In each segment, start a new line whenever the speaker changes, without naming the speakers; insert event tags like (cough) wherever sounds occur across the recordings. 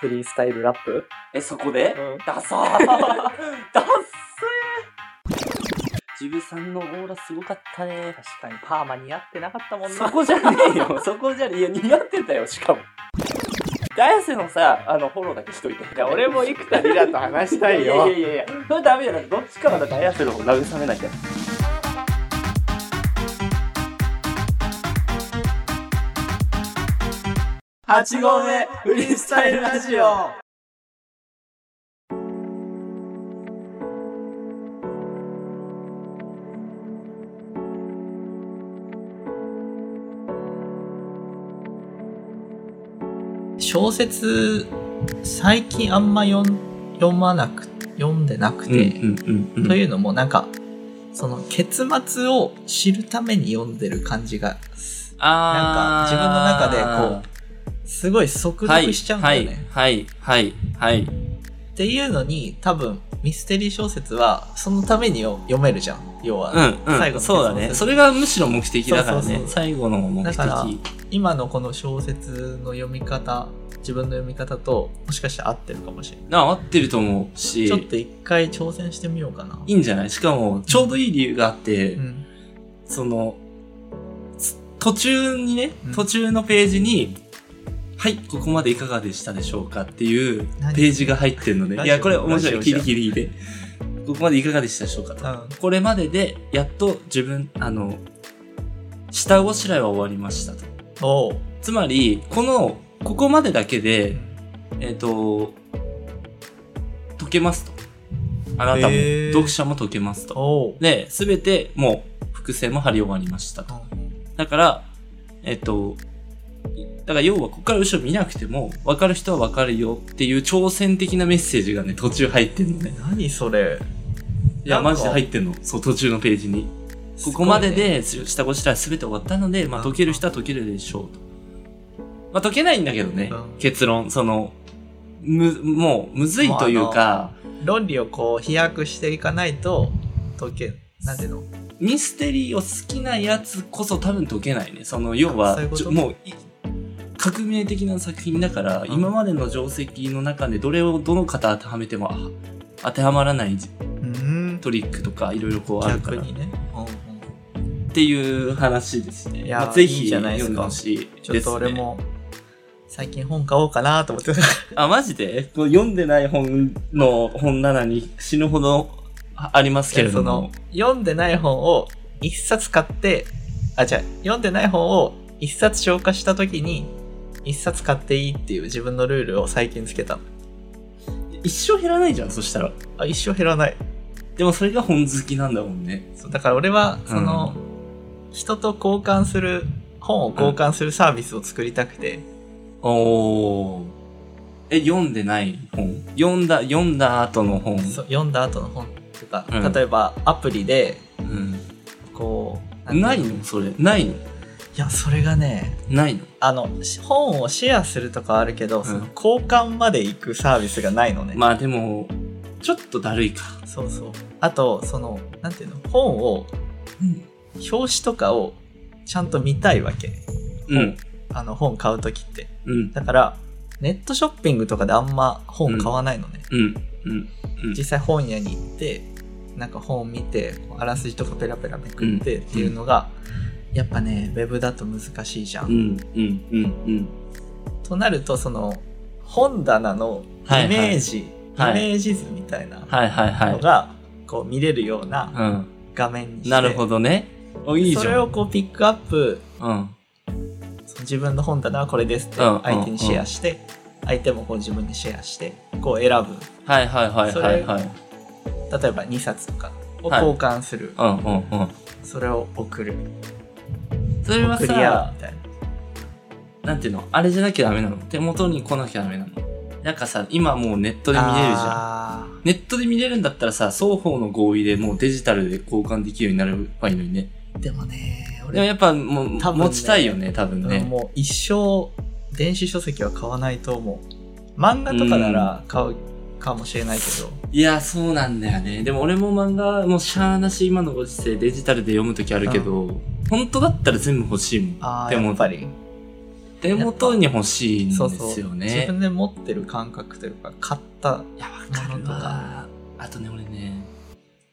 フリースタイルラップ
え、そこで、
うん
ダサ (laughs) ーダッセージブさんのオーラすごかったね。
確かにパーマ似合ってなかったもん
そ
な
こじゃねえ (laughs) よ。そこじゃねえ。いや、似合ってたよ、しかも。ダイセのさ、あの、フォローだけしといて。
いや俺も幾田りらと話したいよ
いやいやいやいや、それダメじゃない。どっちかはだって綾瀬の方を慰めなきゃ。八合目フリースタイルラジオ。
小説最近あんま読ん読まなく読んでなくて、
ん
というのもなんかその結末を知るために読んでる感じがす
あー
なんか自分の中でこすごい速読しちゃうんだよね、
はいはいはいはい
っていうのに多分ミステリー小説はそのために読読めるじゃん要は、
うんうん
最後の結末
そうだねそれがむしろ目的だからね
そうそうそう
最後の目
だ
的
から今のこの小説の読み方自分の読み方ともしかしたら合ってるかもしれない
な合ってると思うし
ちょっと一回挑戦してみようかな、
いいんじゃないしかもちょうどいい理由があって、
うん
そのつ途中にね、
うん
途中のページにはい、ここまでいかがでしたでしょうかっていう
何
ページが入ってるので、
ラ
い
ジオ
や、これ面白い。
ラ
聞
ジ
い
オ
て聞いて聞いて。ここまでいかがでしたでしょうかと。
うん
これまでで、やっと自分、あの、下ごしらえは終わりましたと。
おう
つまり、この、ここまでだけで、えっ、と、解けますと。あなたも、
へー
読者も解けますと。
おう
で、すべて、もう、複製も貼り終わりましたと。だから、えっ、と、いだから要は、ここから後ろ見なくても、分かる人は分かるよっていう挑戦的なメッセージがね、途中入ってんのね。
何それ
い
な
や、
んか
マジで入ってんの。そう、途中のページに。ここまでで、下ごしらえ全て終わったので、まあ、
うん
解ける人は解けるでしょうと。まあ、解けないんだけどね、
うん
結論、その、む、もう、むずいというか、
論理をこう飛躍していかないと解けなんていうの
ミステリーを好きなやつこそ多分解けないね。その、要
あ
は
そういう、こと
ちょもうい、革命的な作品だから、
うん
今までの定石の中でどれをどの方当てはめても、あ当てはまらない
うん
トリックとか、いろいろこうあるか
逆
ら。
にね、
っていう話ですね。
いや
まあぜひ
いいじゃないです
読んで
か
ほしいです、ね。
ちょっと俺も最近本買おうかなと思ってた
あ、マジでこう読んでない本の本棚に死ぬほどあありますけれ
そ
ども
の。読んでない本を一冊買ってあじゃ読んでない本を一冊消化した時に一冊買っていいっていう自分のルールを最近つけたの
一生減らないじゃん、そしたら。
あ一生減らない
でもそれが本好きなんだもんね。
そうだから俺はその、人と交換する本を交換するサービスを作りたくて、
おー。え、読んでない本読んだ、読んだ後の本。
そう読んだ後の本とか、
うん
例えばアプリで
うん。
こう
ない
い
のそれ。ないの
やそれがね
ないの
あのし本をシェアするとかはあるけど、その
うん
交換まで行くサービスがないのね、
まあでも、ちょっとだるいか。
そうそうあとそのなんていうの本を
うん。
表紙とかをちゃんと見たいわけ
うん。
あの本買う時って
うん。
だからネットショッピングとかであんま本買わないのね、
うん。うん。
実際本屋に行ってなんか本を見てこうあらすじとかペラペラめくってっていうのが、やっぱねウェブだと難しいじゃん。
うん。うん。うん。うん。
となるとその本棚の
はいは
イ
い
メージ、
はい
イメージ図みたいな
はいはいは
の
い。
が、こう見れるような
うん。
画面にして
なるほどね。お、いいじゃん。
それをこうピックアップ
うん。
その自分の本棚はこれですって
うんうん
相手にシェアして、相手もこう自分にシェアしてこう選ぶ
はいはいはいはいはい。
例えば2冊とかを
はい
交換する、
うんうんうん。
それを送る
それは
送り合う
さ、
みたいな。
なんていうのあれじゃなきゃダメなの手元に来なきゃダメなのなんかさ、今もうネットで見れるじゃん。
ゃん。
ネットで見れるんだったらさ、双方の合意でもうデジタルで交換できるようになればいいのにね。
でもね、
でも
俺、
やっぱもう、
多分ね
持ちたいよね、多分ね。
もう一生電子書籍は買わないと思う。漫画とかなら買うかもしれないけど、
いや、そうなんだよね。でも俺も漫画、もうしゃーなし今のご時世デジタルで読むときあるけど、本当だったら全部欲しいもん。
ああ、
でも
やっぱり。
手元に欲しいんです
そ
よ
う
ね。
そう、自分で持ってる感覚というか買った
いや、わか
も
る
のと
わ。あとね、俺ね、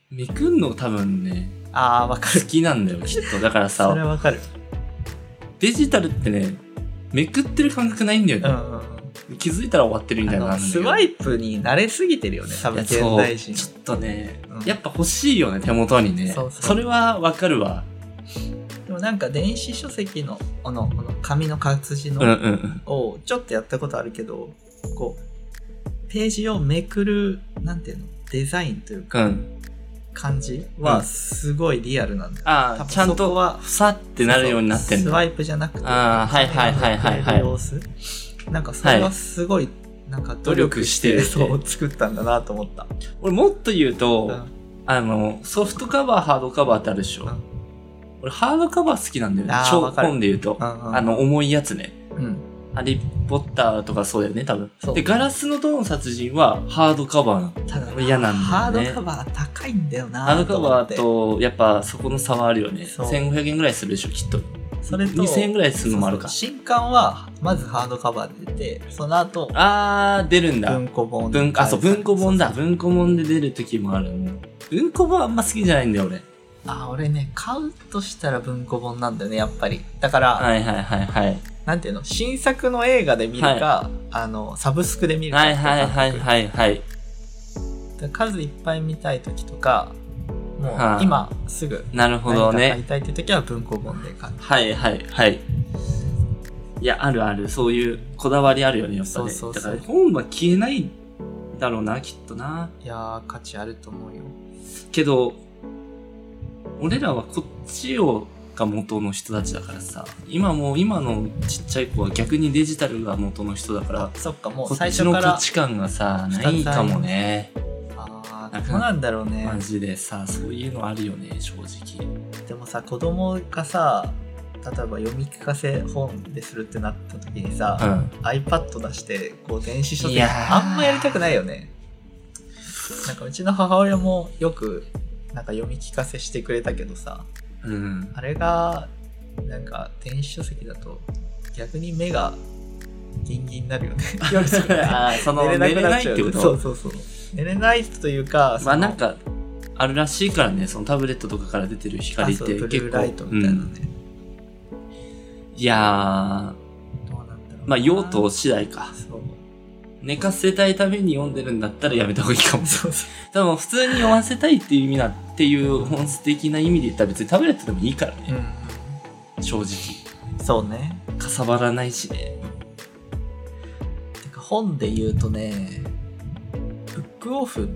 めくんの多分ね、
あーわかる
好きなん
(laughs)
だよ、きっと。だから
それは
さ、
わかる
デジタルってね、めくってる感覚ないんだよ
う
ね。
ん、うん、
気づいたら終わってるみ
あ
たいなのあ
の
るんだ
ス
けど。
ワイプに慣れすぎてるよね多分現
いや
代人
そうちょっとね、
うん
やっぱ欲しいよね、手元にね。
そうそう
れはわかるわ。
でもなんか電子書籍のあのこの紙の活字
うんうんう
の
ん。
をちょっとやったことあるけどこうページをめくるなんていうのデザインというか
うん。
感じ
う
は
ん
すごいリアルなんだよ、
あ
多
あ、
分
ちゃん、
そことは
ふさってなるようになってん
ス
だ。
ワイプじゃなくて
あーはいはいはいはいはい
様子なんかそれはすごいなんか努力して,、
努力してる
そ
ね
う作ったんだなと思った、
俺もっと言うと、
うん
あの、ソフトカバー、ハードカバーってあるでしょ。
うん
俺、ハードカバー好きなんだよね
あ。ー
超
わかる
本で言うと。
うん
あの、重いやつね。
うん
ハリー・ポッターとかそうだよね、多分
そ。う
で、ガラスの塔の殺人はハードカバーなの。
ただ
俺嫌なんだよね
ハードカバー高いんだよな
ハードカ
思
バ
って
ーと、やっぱそこの差はあるよね。
そう
1500円ぐらいするでしょ、きっと。
それと
2000円ぐらいするのもあるか。
そうそう新刊はまずハードカバーで出てその後
あー、出るんだ。
文庫本
文あ、そう、文庫本
そ
だ。
う
文庫本で出る時もあるね。文庫本あんま好きじゃないんだよ、俺。
そうあ俺ね買うとしたら文庫本なんだよねやっぱりだから、
はいはいはいはい。
なんていうの新作の映画で見るか、あのサブスクで見るか
はいはいはい
い
はいはい。
数いっぱい見たい時とかもう
はい
今すぐ
なるほ
何か
ど
買い
ね。
たいって時は文庫本で買う
はいはいはい。いや、あるある。そういうこだわりあるよね、やっぱ
そう
ね。
そうそ
だ
う
から本は消えないだろうな、きっとな。
いやー価値あると思うよ
けど、俺らはこっちをが元の人たちだからさ。今もう、今のちっちゃい子は逆にデジタルが元の人だから、
そっかも
こ
う
っ
最
ち
初
の
か
価
ら
値観がさ、
二つ
ないかもね。
あ
な
あ
んか
どうなんだろうね
マジでさ、そういうのあるよね、正直。
でもさ子供がさ例えば読み聞かせ本でするってなった時にさ、
うん。
iPad 出してこう電子書
い
籍
やー
あんまやりたくないよねなんかうちの母親もよくなんか読み聞かせしてくれたけどさ
(laughs)
(laughs)
うん。
あれがなんか電子書籍だと逆に目がギンギンになるよ
(laughs)
ね夜とかね
あーその、寝れないってこと
そうそうそう寝れないというかそ
ま
の
あなんかあるらしいからねそのタブレットとかから出てる光
あ
っ
そ
て
うブル
結
ー
構
ライトみたいな
うん
ね、
いやーま
どうなんだろうな
あ用途次第か
そう
寝かせたいために読んでるんだったらやめた方がいい
(laughs)
かも
そうそ
多分普通に読ませたいっていう意味なっていう本質的な意味で言ったら別にタブレットでもいいから
う、う
ね、
ん
正直
そうね。
かさばらないしね
てか本で言うとね、ブックオフ、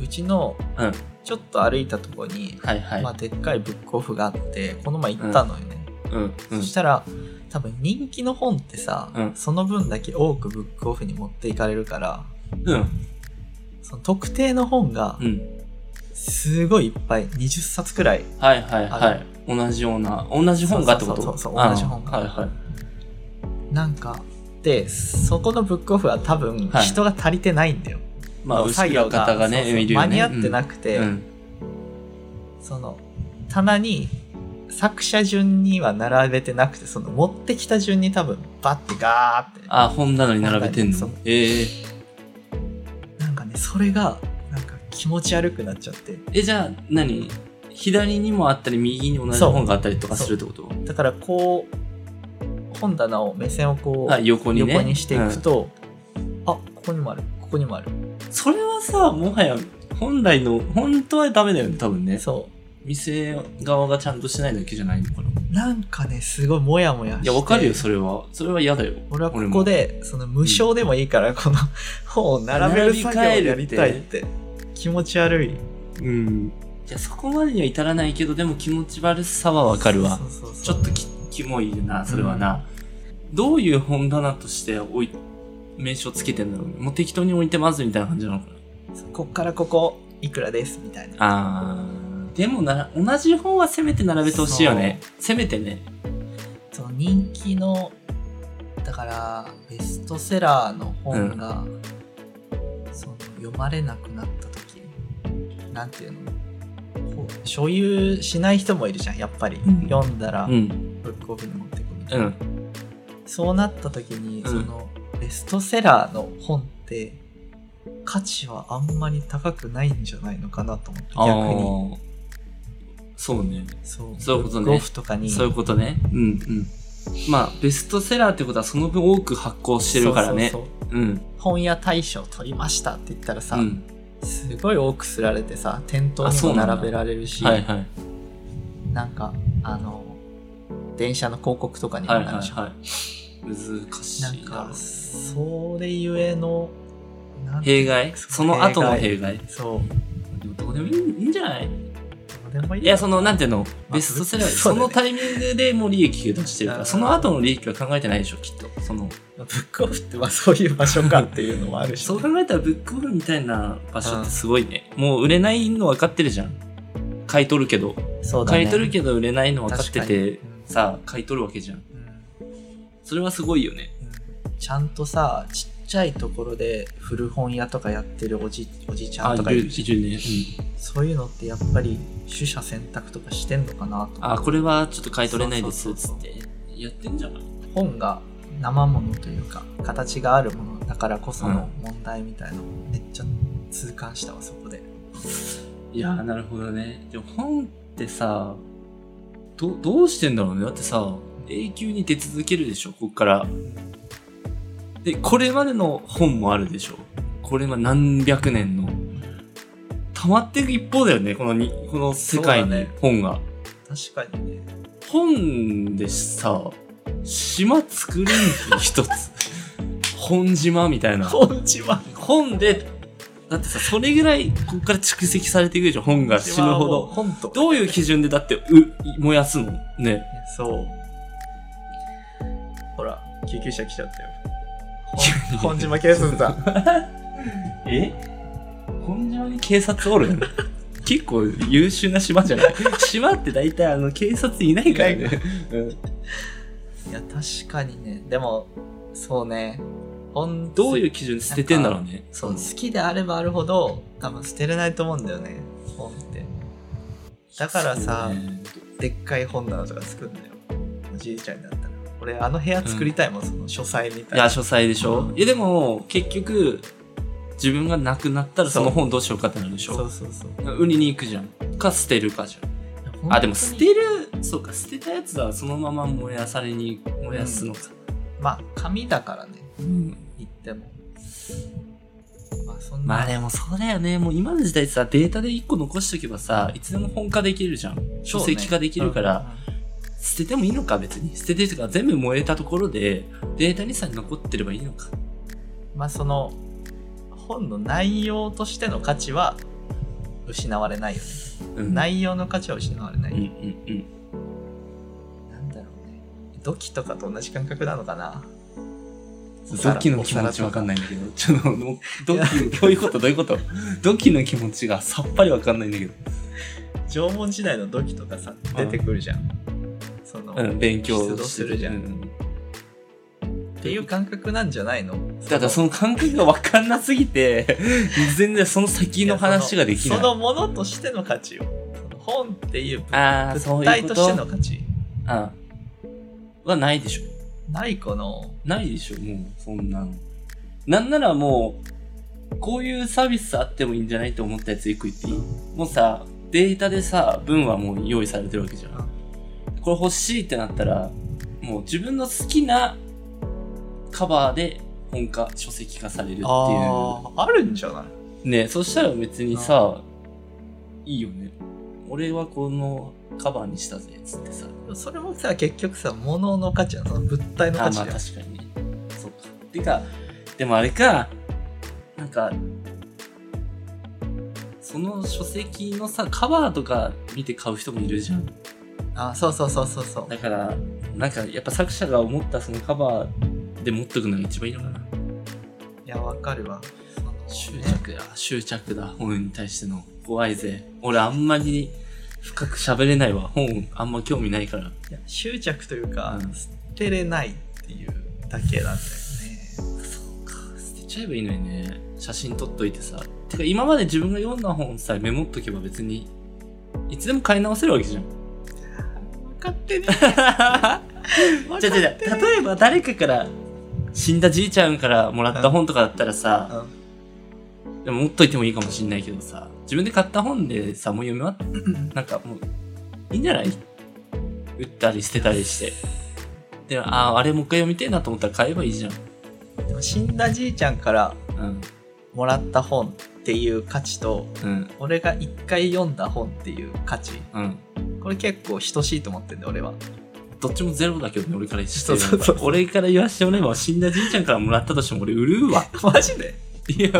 うちの
うん
ちょっと歩いたとこに、
はいはい、
まあ、でっかいブックオフがあって、この前行ったのよね。
うんうん
そしたら、多分人気の本ってさ、
うん
その分だけ多くブックオフに持っていかれるから、
うん
その特定の本が
うん
すごいいっぱい、20冊くらい。
はいはいは
あ
い同じような同じ本がってこと
そうそうそうそう同じ本が
あーはいはい
なんか、で、そこのブックオフは多分
はい
人が足りてないんだよ。
まあ
作
後
業
ろ方がね
そうそう
いるよね
間に合ってなくて、
うん
その棚に作者順には並べてなくてその持ってきた順に多分バッてガーっ
あー本棚に並べてん
そう
のええ
てなんかねそれがなんか気持ち悪くなっちゃって
えじゃあ何左にもあったり右に同じ本があったりとかするってこと
だからこう本棚を目線をこう、
あ横にね
横にしていく
うん
と、あここにもあるここにもある
それはさもはや本来の本当はダメだよね多分ね
そ
店側がちゃんとしてないだけじゃないのかない
うんなんかねすごいモヤモヤして
やわかるよそれはそれは嫌だよ
俺はこ
俺
こ
も
でその無償でもいいから、この (laughs) 本を並べる作業をやりたいって気持ち悪い
うんいやそこまでには至らないけどでも気持ち悪さはわかるわ
そうそうそう
ちょっときキモいなそれはな、どういう本棚として置い名称つけてんだろうねもう適当に置いてますみたいな感じなのかな
こっからここいくらですみたいな
あーでもな同じ本はせめて並べてほしいよねせめてね
その人気のだからベストセラーの本が、その読まれなくなった時なんていうのこう所有しない人もいるじゃんやっぱり、
うん
読んだら
うん
ブックオフに持ってくみた
う
いな、
ん
そうなった時に、
うん
そのベストセラーの本って価値はあんまり高くないんじゃないのかなと思って
あ
逆に
ーそうね。
そう
そういうことね
ブックオフとかに
そういうことね。うんうん。まあ、ベストセラーってことはその分多く発行してるからね。
そううそうそ
ん。
う本屋大賞取りましたって言ったらさ、
うん。
すごい多くすられてさ店頭
あ
に
そう
も
なんだ
並べられるし
はいはい。
なんかあの電車の広告とかにも
は
ないる
は
で
い
しょ、
はい。難し
なん
いな
か。それゆえのなん
弊害
そう
その後の弊害
そう
でもどうでもいいいいんじゃない
どうでもいい
いや、その、なんていうの、ベストセラー、
そ
そう
だね
のタイミングでもう利益を出してるか
あ
ら、
ー
その後の利益は考えてないでしょ、きっと。その、
ブックオフってまあそういう場所かっていうのもあるし、
そう考えたらブックオフみたいな場所ってすごいね。もう売れないの分かってるじゃん。買い取るけど。
そうだね
買い取るけど売れないの分かってて
確かにうん、
さ、買い取るわけじゃん。
うん
それはすごいよね。
うんちゃんとさちっちゃいところで古本屋とかやってるおじおじちゃ
あ、
ん
い
とか
る、
い
い
るし
るね。
そういうのってやっぱり取捨選択とかしてんのかなと
あ、これはちょっと買い取れないです
そう
よ、つ
そうそ
っ
う
て。やってんじゃない
本が生ものというか形があるものだからこその問題みたいなのめっちゃ痛感したわそこで
いやー、なるほどね。でも本ってさ、ど、どうしてんだろうね。だってさ、永久に出続けるでしょ、こっから。で、これまでの本もあるでしょ。これまで何百年の。溜まっていく一方だよね、このに、この世界
そうだ
に
ね
本が。
確かにね (laughs)
本でさ、島作れんひ一つ。 (laughs) 本島みたいな。
本島
本で、だってさ、それぐらい、こっから蓄積されていくでしょ、本が死ぬほど。
本と
どういう基準でだって、う、燃やすのね。
そうほら救急車来ちゃ (laughs) ったよ
いや
本島警察だ
え本島に警察お (laughs) る結構優秀な島じゃない島って大体あの警察いないから
いな
ね。
(laughs) いや確かにねでもそうね本
どういう基準で捨ててんだろうね。
そ
そうの
好きであればあるほど多分捨てれないと思うんだよね本ってだからさ、
そうね
でっかい本棚とか作るんだよおじいちゃんになったら俺あの部屋作りたいもん、その書斎みた
い
いな
や、書斎でしょ。いや、でも、結局、自分がなくなったらその本どうしようかってなるでし
そう
ょ。
そうそう
売りに行くじゃん。か捨てるかじゃん。あ、でも捨てる、そうか、捨てたやつはそのまま燃やされに、燃やすのか。
まあ紙だからね
うん
言ってもまあそんな、
まあでもそうだよね。もう今の時代さ、データで1個残しとけばさ、いつでも本化できるじゃん。書
そうね
籍化できるから、、捨ててもいいのか別に。捨ててとか全部燃えたところで、データにさえ残ってればいいのか。
うんまあその本の内容としての価値は失われないよね、
うん。い。
内容の価値は失われない、
うんうんうん。
なんだろうね土器とかと同じ感覚なのかな
ドッキの気持ちわかんないんだけど、ちょっと、もうドッキ、どういうことどういうことドッキの気持ちがさっぱりわかんないんだけど。
縄文時代の土器とかさ出てくるじゃん、その、
うん、勉強
出土するじゃん
ううん。
っていう感覚なんじゃないの
ただその感覚がわかんなすぎて、 (laughs) 全然その先の話ができない。
そのものとしての価値をその本っていう物
ああ、そういう
体
こと
しての価値
あはないでしょ。
ないかなう
ないでしょ、もう、そんなの。なんならもう、こういうサービスあってもいいんじゃないと思ったやつ一個言っていいもうさ、データでさ、文はもう用意されてるわけじゃん。これ欲しいってなったら、もう自分の好きなカバーで本化、書籍化されるっていう。
あるんじゃない
ねそしたら別にさ、いいよね。俺はこのカバーにしたぜ、つってさ。
でもそれもさ結局さ物の価値なのその物体の
あ
価
ま
値
あ
だよ
確かにねそうかてかでもあれかなんかその書籍のさカバーとか見て買う人もいるじゃん
あそうそうそうそうそう
だからなんかやっぱ作者が思ったそのカバーで持っとくのが一番いいのかない
やわかるわその
執
ね
着だ執着だ本に対しての怖いぜ俺あんまり深く喋れないわ本あんま興味ないから
いや執着というか、
うん
捨てれないっていうだけなんだよね
そうか捨てちゃえばいいのにね写真撮っといてさてか今まで自分が読んだ本さえメモっとけば別にいつでも買い直せるわけじゃん (laughs)
分かってね
じゃじゃじゃ例えば誰かから死んだじいちゃんからもらった本とかだったらさ、でも持っといてもいいかもしんないけどさ自分で買った本でさもう読み終わっ
うん
なんかもういいんじゃない売ったり捨てたりしてであああれもう一回読みてえなと思ったら買えばいいじゃん
でも死んだじいちゃんから
うん
もらった本っていう価値と
うん
俺が一回読んだ本っていう価値
うん
これ結構等しいと思ってんだ俺は (laughs)
どっちもゼロだけどね俺からしてみれば
そうそうそう
俺から言わしてもらえば死んだじいちゃんからもらったとしても俺売るわ
マジで
いや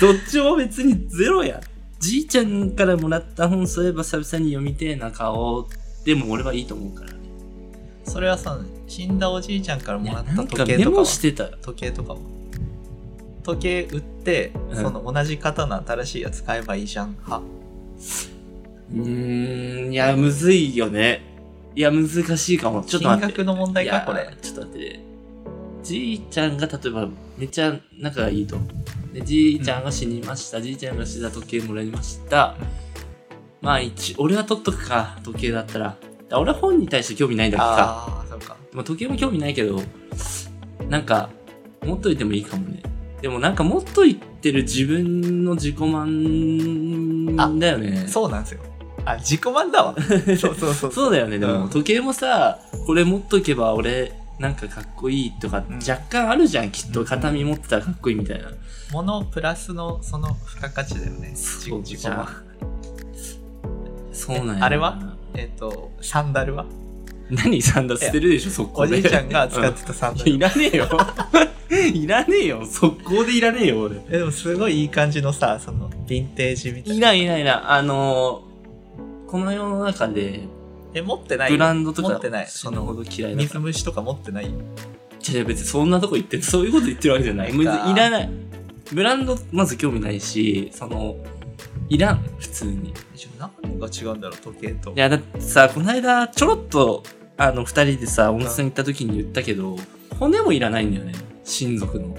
どっちも別にゼロやじいちゃんからもらった本そういえば久々に読みてえな顔でも俺はいいと思うからね
それはさ死んだおじいちゃんからもらっ
な
た
んか
時計
メ
とか
モ
は
してたら
時計とかは時計売って、
うん
その同じ型の新しいやつ買えばいいじゃん派
うーんいやむずいよねいや難しいかもちょっと
金
待って
額の問題
い
か
や
これ
ちょっと待ってじいちゃんが例えばめっちゃ仲がいいとでじいちゃんが死にました、じいちゃんが死んだ時計もらいました、
うん
まあ一俺は取っとくか時計だったらだ俺は本に対して興味ないんだけどさ
ああそうか
でも時計も興味ないけどなんか持っといてもいいかもねでもなんか持っといてる自分の自己満だよね
そうなんですよあ自己満だわそうそうそう
(laughs) そうだよね、でも、
うん
時計もさ、これ持っとけば俺、なんかかっこいいとか、
うん
若干あるじゃん、きっと。
うん
片身持ってたらかっこいいみたいな。
物プラスのその付加価値だよね自
そう
自己満
そうなん
え
や。
あれはえっ、とサンダルは
何サンダル捨てるでしょ、速
お
攻で。
じいちゃんが使ってたサンダ
うん
ル、
いやいらねえよ。 (laughs) いらねえよ。速攻でいらねえよ、俺。
えでもすごいいい感じのさそのヴィンテージみたい
い
な
ないいないいない。あのー、この世の中で、
え持ってない
ブランドとか、
持ってない
そ
そ
のほ
の
ど嫌いだ
水虫とか持ってない
違う別にそんなとこ行ってそういうこと言ってるわけじゃない
ないか
別にいらないブランドまず興味ないしそのいらん普通にい
ちょ何が違うんだろう時計と
やだってさこの間ちょろっとあの二人でさ温泉行った時に言ったけど骨もいらないんだよね親族の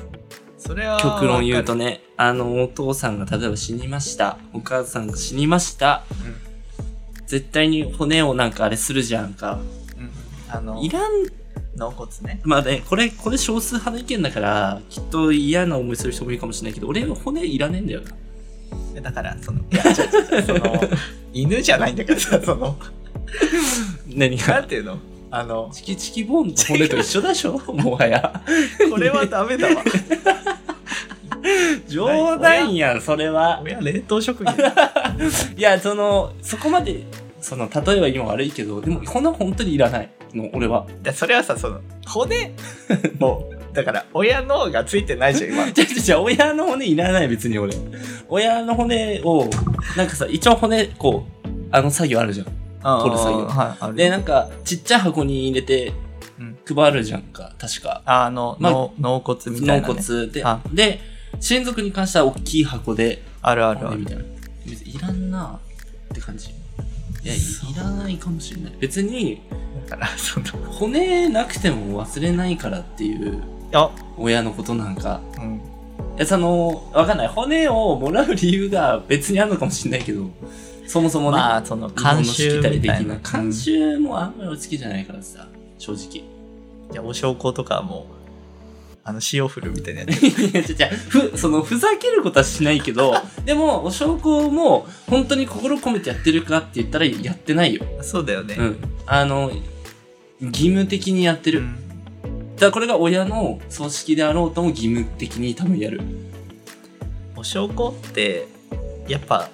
それは
極論言うと
ね
ねあのお父さんが例えば死にましたお母さんが死にました、絶対に骨をなんかあれするじゃんか
あの
いらん
納骨ね
まあね、これ、これ少数派の意見だから、きっと嫌な思いする人もいるかもしれないけど、俺は骨いらねえんだよな。
えだからそのいや違う違うそ
(laughs)
の犬じゃないんだからさその
何
な
が
んていうのあの
チキチキボーンと骨と一緒だしょもはや。
これはダメ
(laughs)
だわ
冗談やん、それは。
親冷凍食品
いや、その、そこまで、その、例えば今悪いけど、でも骨は本当にいらないの、俺は。
だそれはさその
(laughs)
骨もうだから親のがついてないじゃん今
じゃじゃ親の骨いらない、別に俺。親の骨を、なんかさ、一応骨、こう、あの作業あるじゃん。 (laughs) 取る作業
はいある
で、なんか、ちっちゃい箱に入れて
うん、
配るじゃんか、確か。
あの、
まあ
の納骨みた
納
いな、ね、
骨で
あ
で親族に関しては大きい箱で
あるあるあ
骨み
る
たいな別にいらんなって感じいやいいらないかもしれない別に
だから (laughs) その
骨なくても忘れないからっていう
あ
親のことなんか
うん
いやそのわかんない骨をもらう理由が別にあるのかもしれないけどそもそもね、
まあその
日本の
慣習
しきたり
み
的
たい
な
な
慣習もあんまり俺好きじゃないからさ正直
うんじゃあお焼香とかはもうあの塩振るみたいなや
(laughs)
つ
いや違う違うふそのふざけることはしないけ
(laughs)
どでもお証拠も本当に心込めてやってるかって言ったらやってないよ、
そうだよね、
うん、あの義務的にやってる、
うん
だからこれが親の葬式であろうとも義務的に多分やる
お焼香ってやっぱ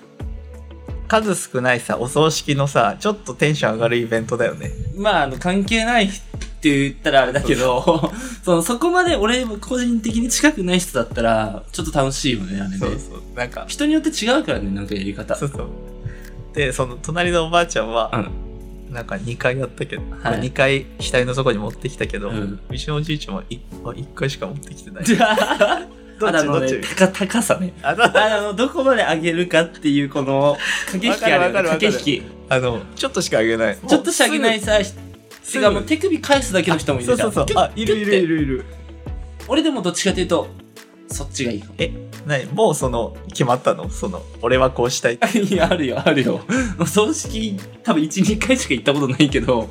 数少ないさお葬式のさちょっとテンション上がるイベントだよね
まああの関係ないって言ったらあれだ
(laughs)
けどそのそこまで俺個人的に近くない人だったらちょっと楽しいよねあれね
そうなんか
人によって違うからねなんかやり方 (laughs)
そうそうでその隣のおばあちゃんは、
う
なんか2回やったけど、
はい
2回額の底に持ってきたけど、う
うん
ちのおじいちゃんは 1, 回しか持ってきてない (laughs) どっち
じゃあ
ど
あの
っ
ね
ち
高高さね
あの
あの、どこまで上げるかっていう、この、駆け引きあるよね
わかるわかるわかる
駆け引き。
あのちょっとしかあげない
ちょっとしか上げない
も
さ、
う
て
すぐ
かもう手首返すだけの人もい
そ
る
う
じ
そ
ゃん
うそう
ピュッ
あいるいるいるいる
俺でもどっちかというと、そっちがいいかも。
何もうその決まったのその俺はこうしたいって
いや、あるよ、あるよ。もう葬式、多分1、2回しか行ったことないけど、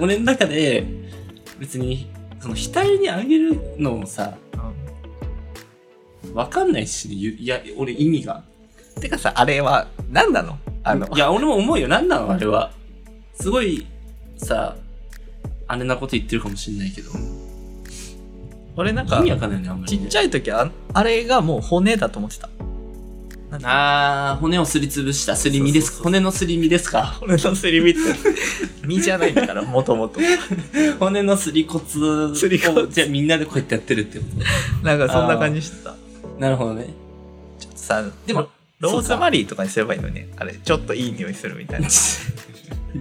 俺の中で、別に、その額にあげるのもさ、わかんないし、ゆいや、俺意味が。
てかさあれは何なのあの
いや、俺も思うよ。なんなのあれは。すごい、さ、あれなこと言ってるかもしんないけど。
俺なん
意
か
味わかんないよね、あんま
ち
り、
っ
ね。
ちゃい時ああれがもう骨だと思ってたなんか
あー、骨をすりつぶしたすり身です
そうそう
か
そう
骨のすり身ですか
俺のすり身って (laughs) 身じゃないんだからもともと
骨のすり骨を
すり骨
じゃあみんなでこうやってやってるってこと
なんかそんな感じしてた
なるほどね。
ちょっとさ
で (laughs) も
ロローズマリーとかにすればいいのにねあれちょっといい匂いするみ (laughs) たいな
い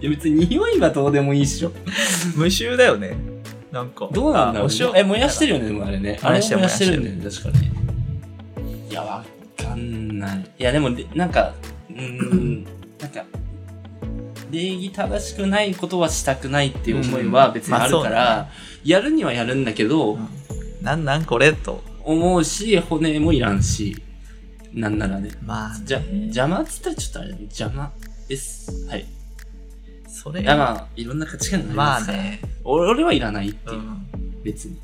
や別に匂いはどうでもいいっしょ。
無臭だよねなんか
どうなんだろ
あ
う、
お塩
ね、え、燃やしてるよね、でもあれね。あ
燃や
れ
してる
燃やしてるんだよね、確かね。いや、わかんない。いや、でも、れなんか、うーん、なんか、礼儀正しくないことはしたくないっていう思いは別にあるから、
うんまあそう
やるにはやるんだけど、
うんなんなんこれと
思うし、骨もいらんし、なんならね。
まあ
じゃ、邪魔っつったらちょっとあれだね、邪魔です。はい。
それ
いや、まあ、いろんな価値観があり
ま
ま
あ
すから。
ね、
俺俺はいらないっていうう、
ん、
別に。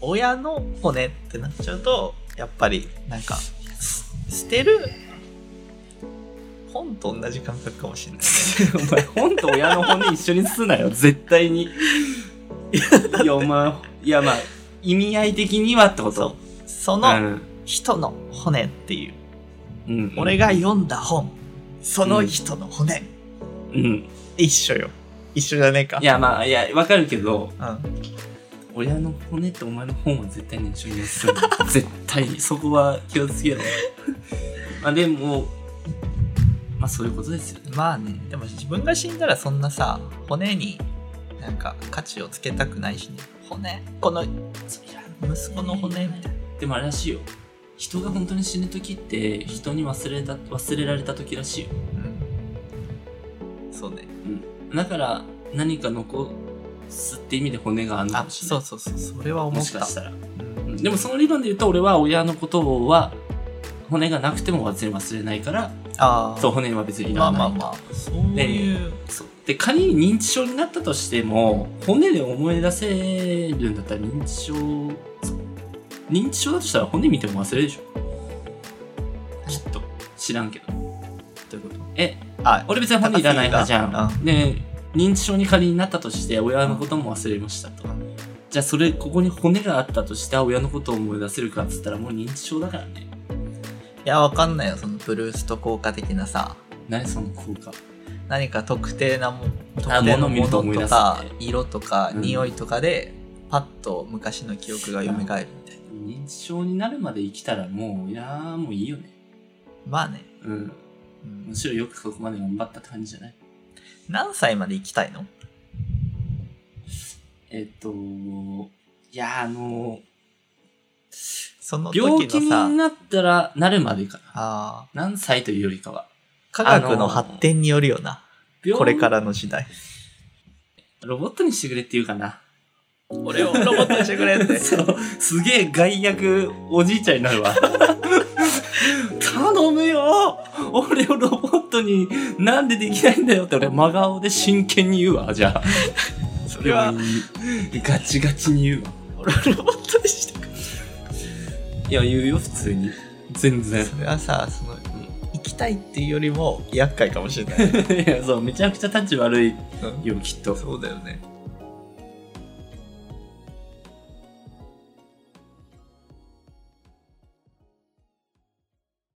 親の骨ってなっちゃうとやっぱりなんかす捨てる本と同じ感覚かもしれない
お前、本と親の骨一緒に
(laughs)
すなよ、絶対に。いや、お前、いや、まあ、意味合い的にはってこ
そ
と。
うそうの
ん。
人の骨っていう、
うん。
俺
が。
が読んだ本その人の骨、
うん。
一緒よ一緒じゃねえか
いや、まあ、いや、わかるけど、
うん、
親の骨とお前の本は絶対に一緒にするな。絶対に。そこは気をつけろ。まあ、でも、まあ、そういうことですよね。
まあねでも自分が死んだらそんなさ骨になんか価値をつけたくないしね骨この息子の骨みたいな
でもあれらしいよ。人が本当に死ぬ時って、人に忘れた、忘れられた時らしいよ。
うんそうね
だから何か残すって意味で骨があるのか
あ
もしれ
そ
ないう
そうそうそれは思
も
っ
したかしたら、
うん
でもその理論で言うと俺は親のことは骨がなくても忘れ忘れないから
ああ
そう骨は別にい
ま
ら
あ
ない、
まあまあそういう、
そうで仮に認知症になったとしても骨で思い出せるんだったら認知症そう認知症だとしたら骨見ても忘れるでしょきっと知らんけど
ということ
え
あ
俺別に骨いらない派じゃ
高杉
ん。で、認知症に仮になったとして、親のことも忘れましたと
うん。
じゃあそれ、ここに骨があったとして、あ親のことを思い出せるかっつったら、もう認知症だからね。
いやわかんないよそのブルースト効果的なさ
何その効果。
何か特定なも特定の
物見
も
ると
の
思い
と
出す
か
ね
色とか
うん
匂いとかで、パッと昔の記憶が蘇るみたいな
認知症になるまで生きたら、もう、いやーもういいよね。
まあね、
うん。
うん
むしろよくここまで頑張ったって感じじゃない
何歳まで生きたいの
えっと、いやーあの
その時
病気
の
に
さ
なったら、なるまでかな。
あ
何歳というよりかは。
ー科学の発展によるよな、
病
これからの時代
ロボットにしてくれって言うかな。 (laughs)
俺をロボットにしてくれって
そう、すげえ害悪おじいちゃんになるわ。 (laughs) 頼むよ俺をロボットになんでできないんだよって俺真顔で真剣に言うわ、じゃあ。
それは
でもいいガチガチに言うわ。
俺をロボットにしてくれ
いや、言うよ、普通に。全
(laughs)
然。
それはさその生きたいっていうよりも厄介かもしれない、
(laughs) いや、そう、めちゃくちゃ立ち悪いよ、きっと。
そうだよね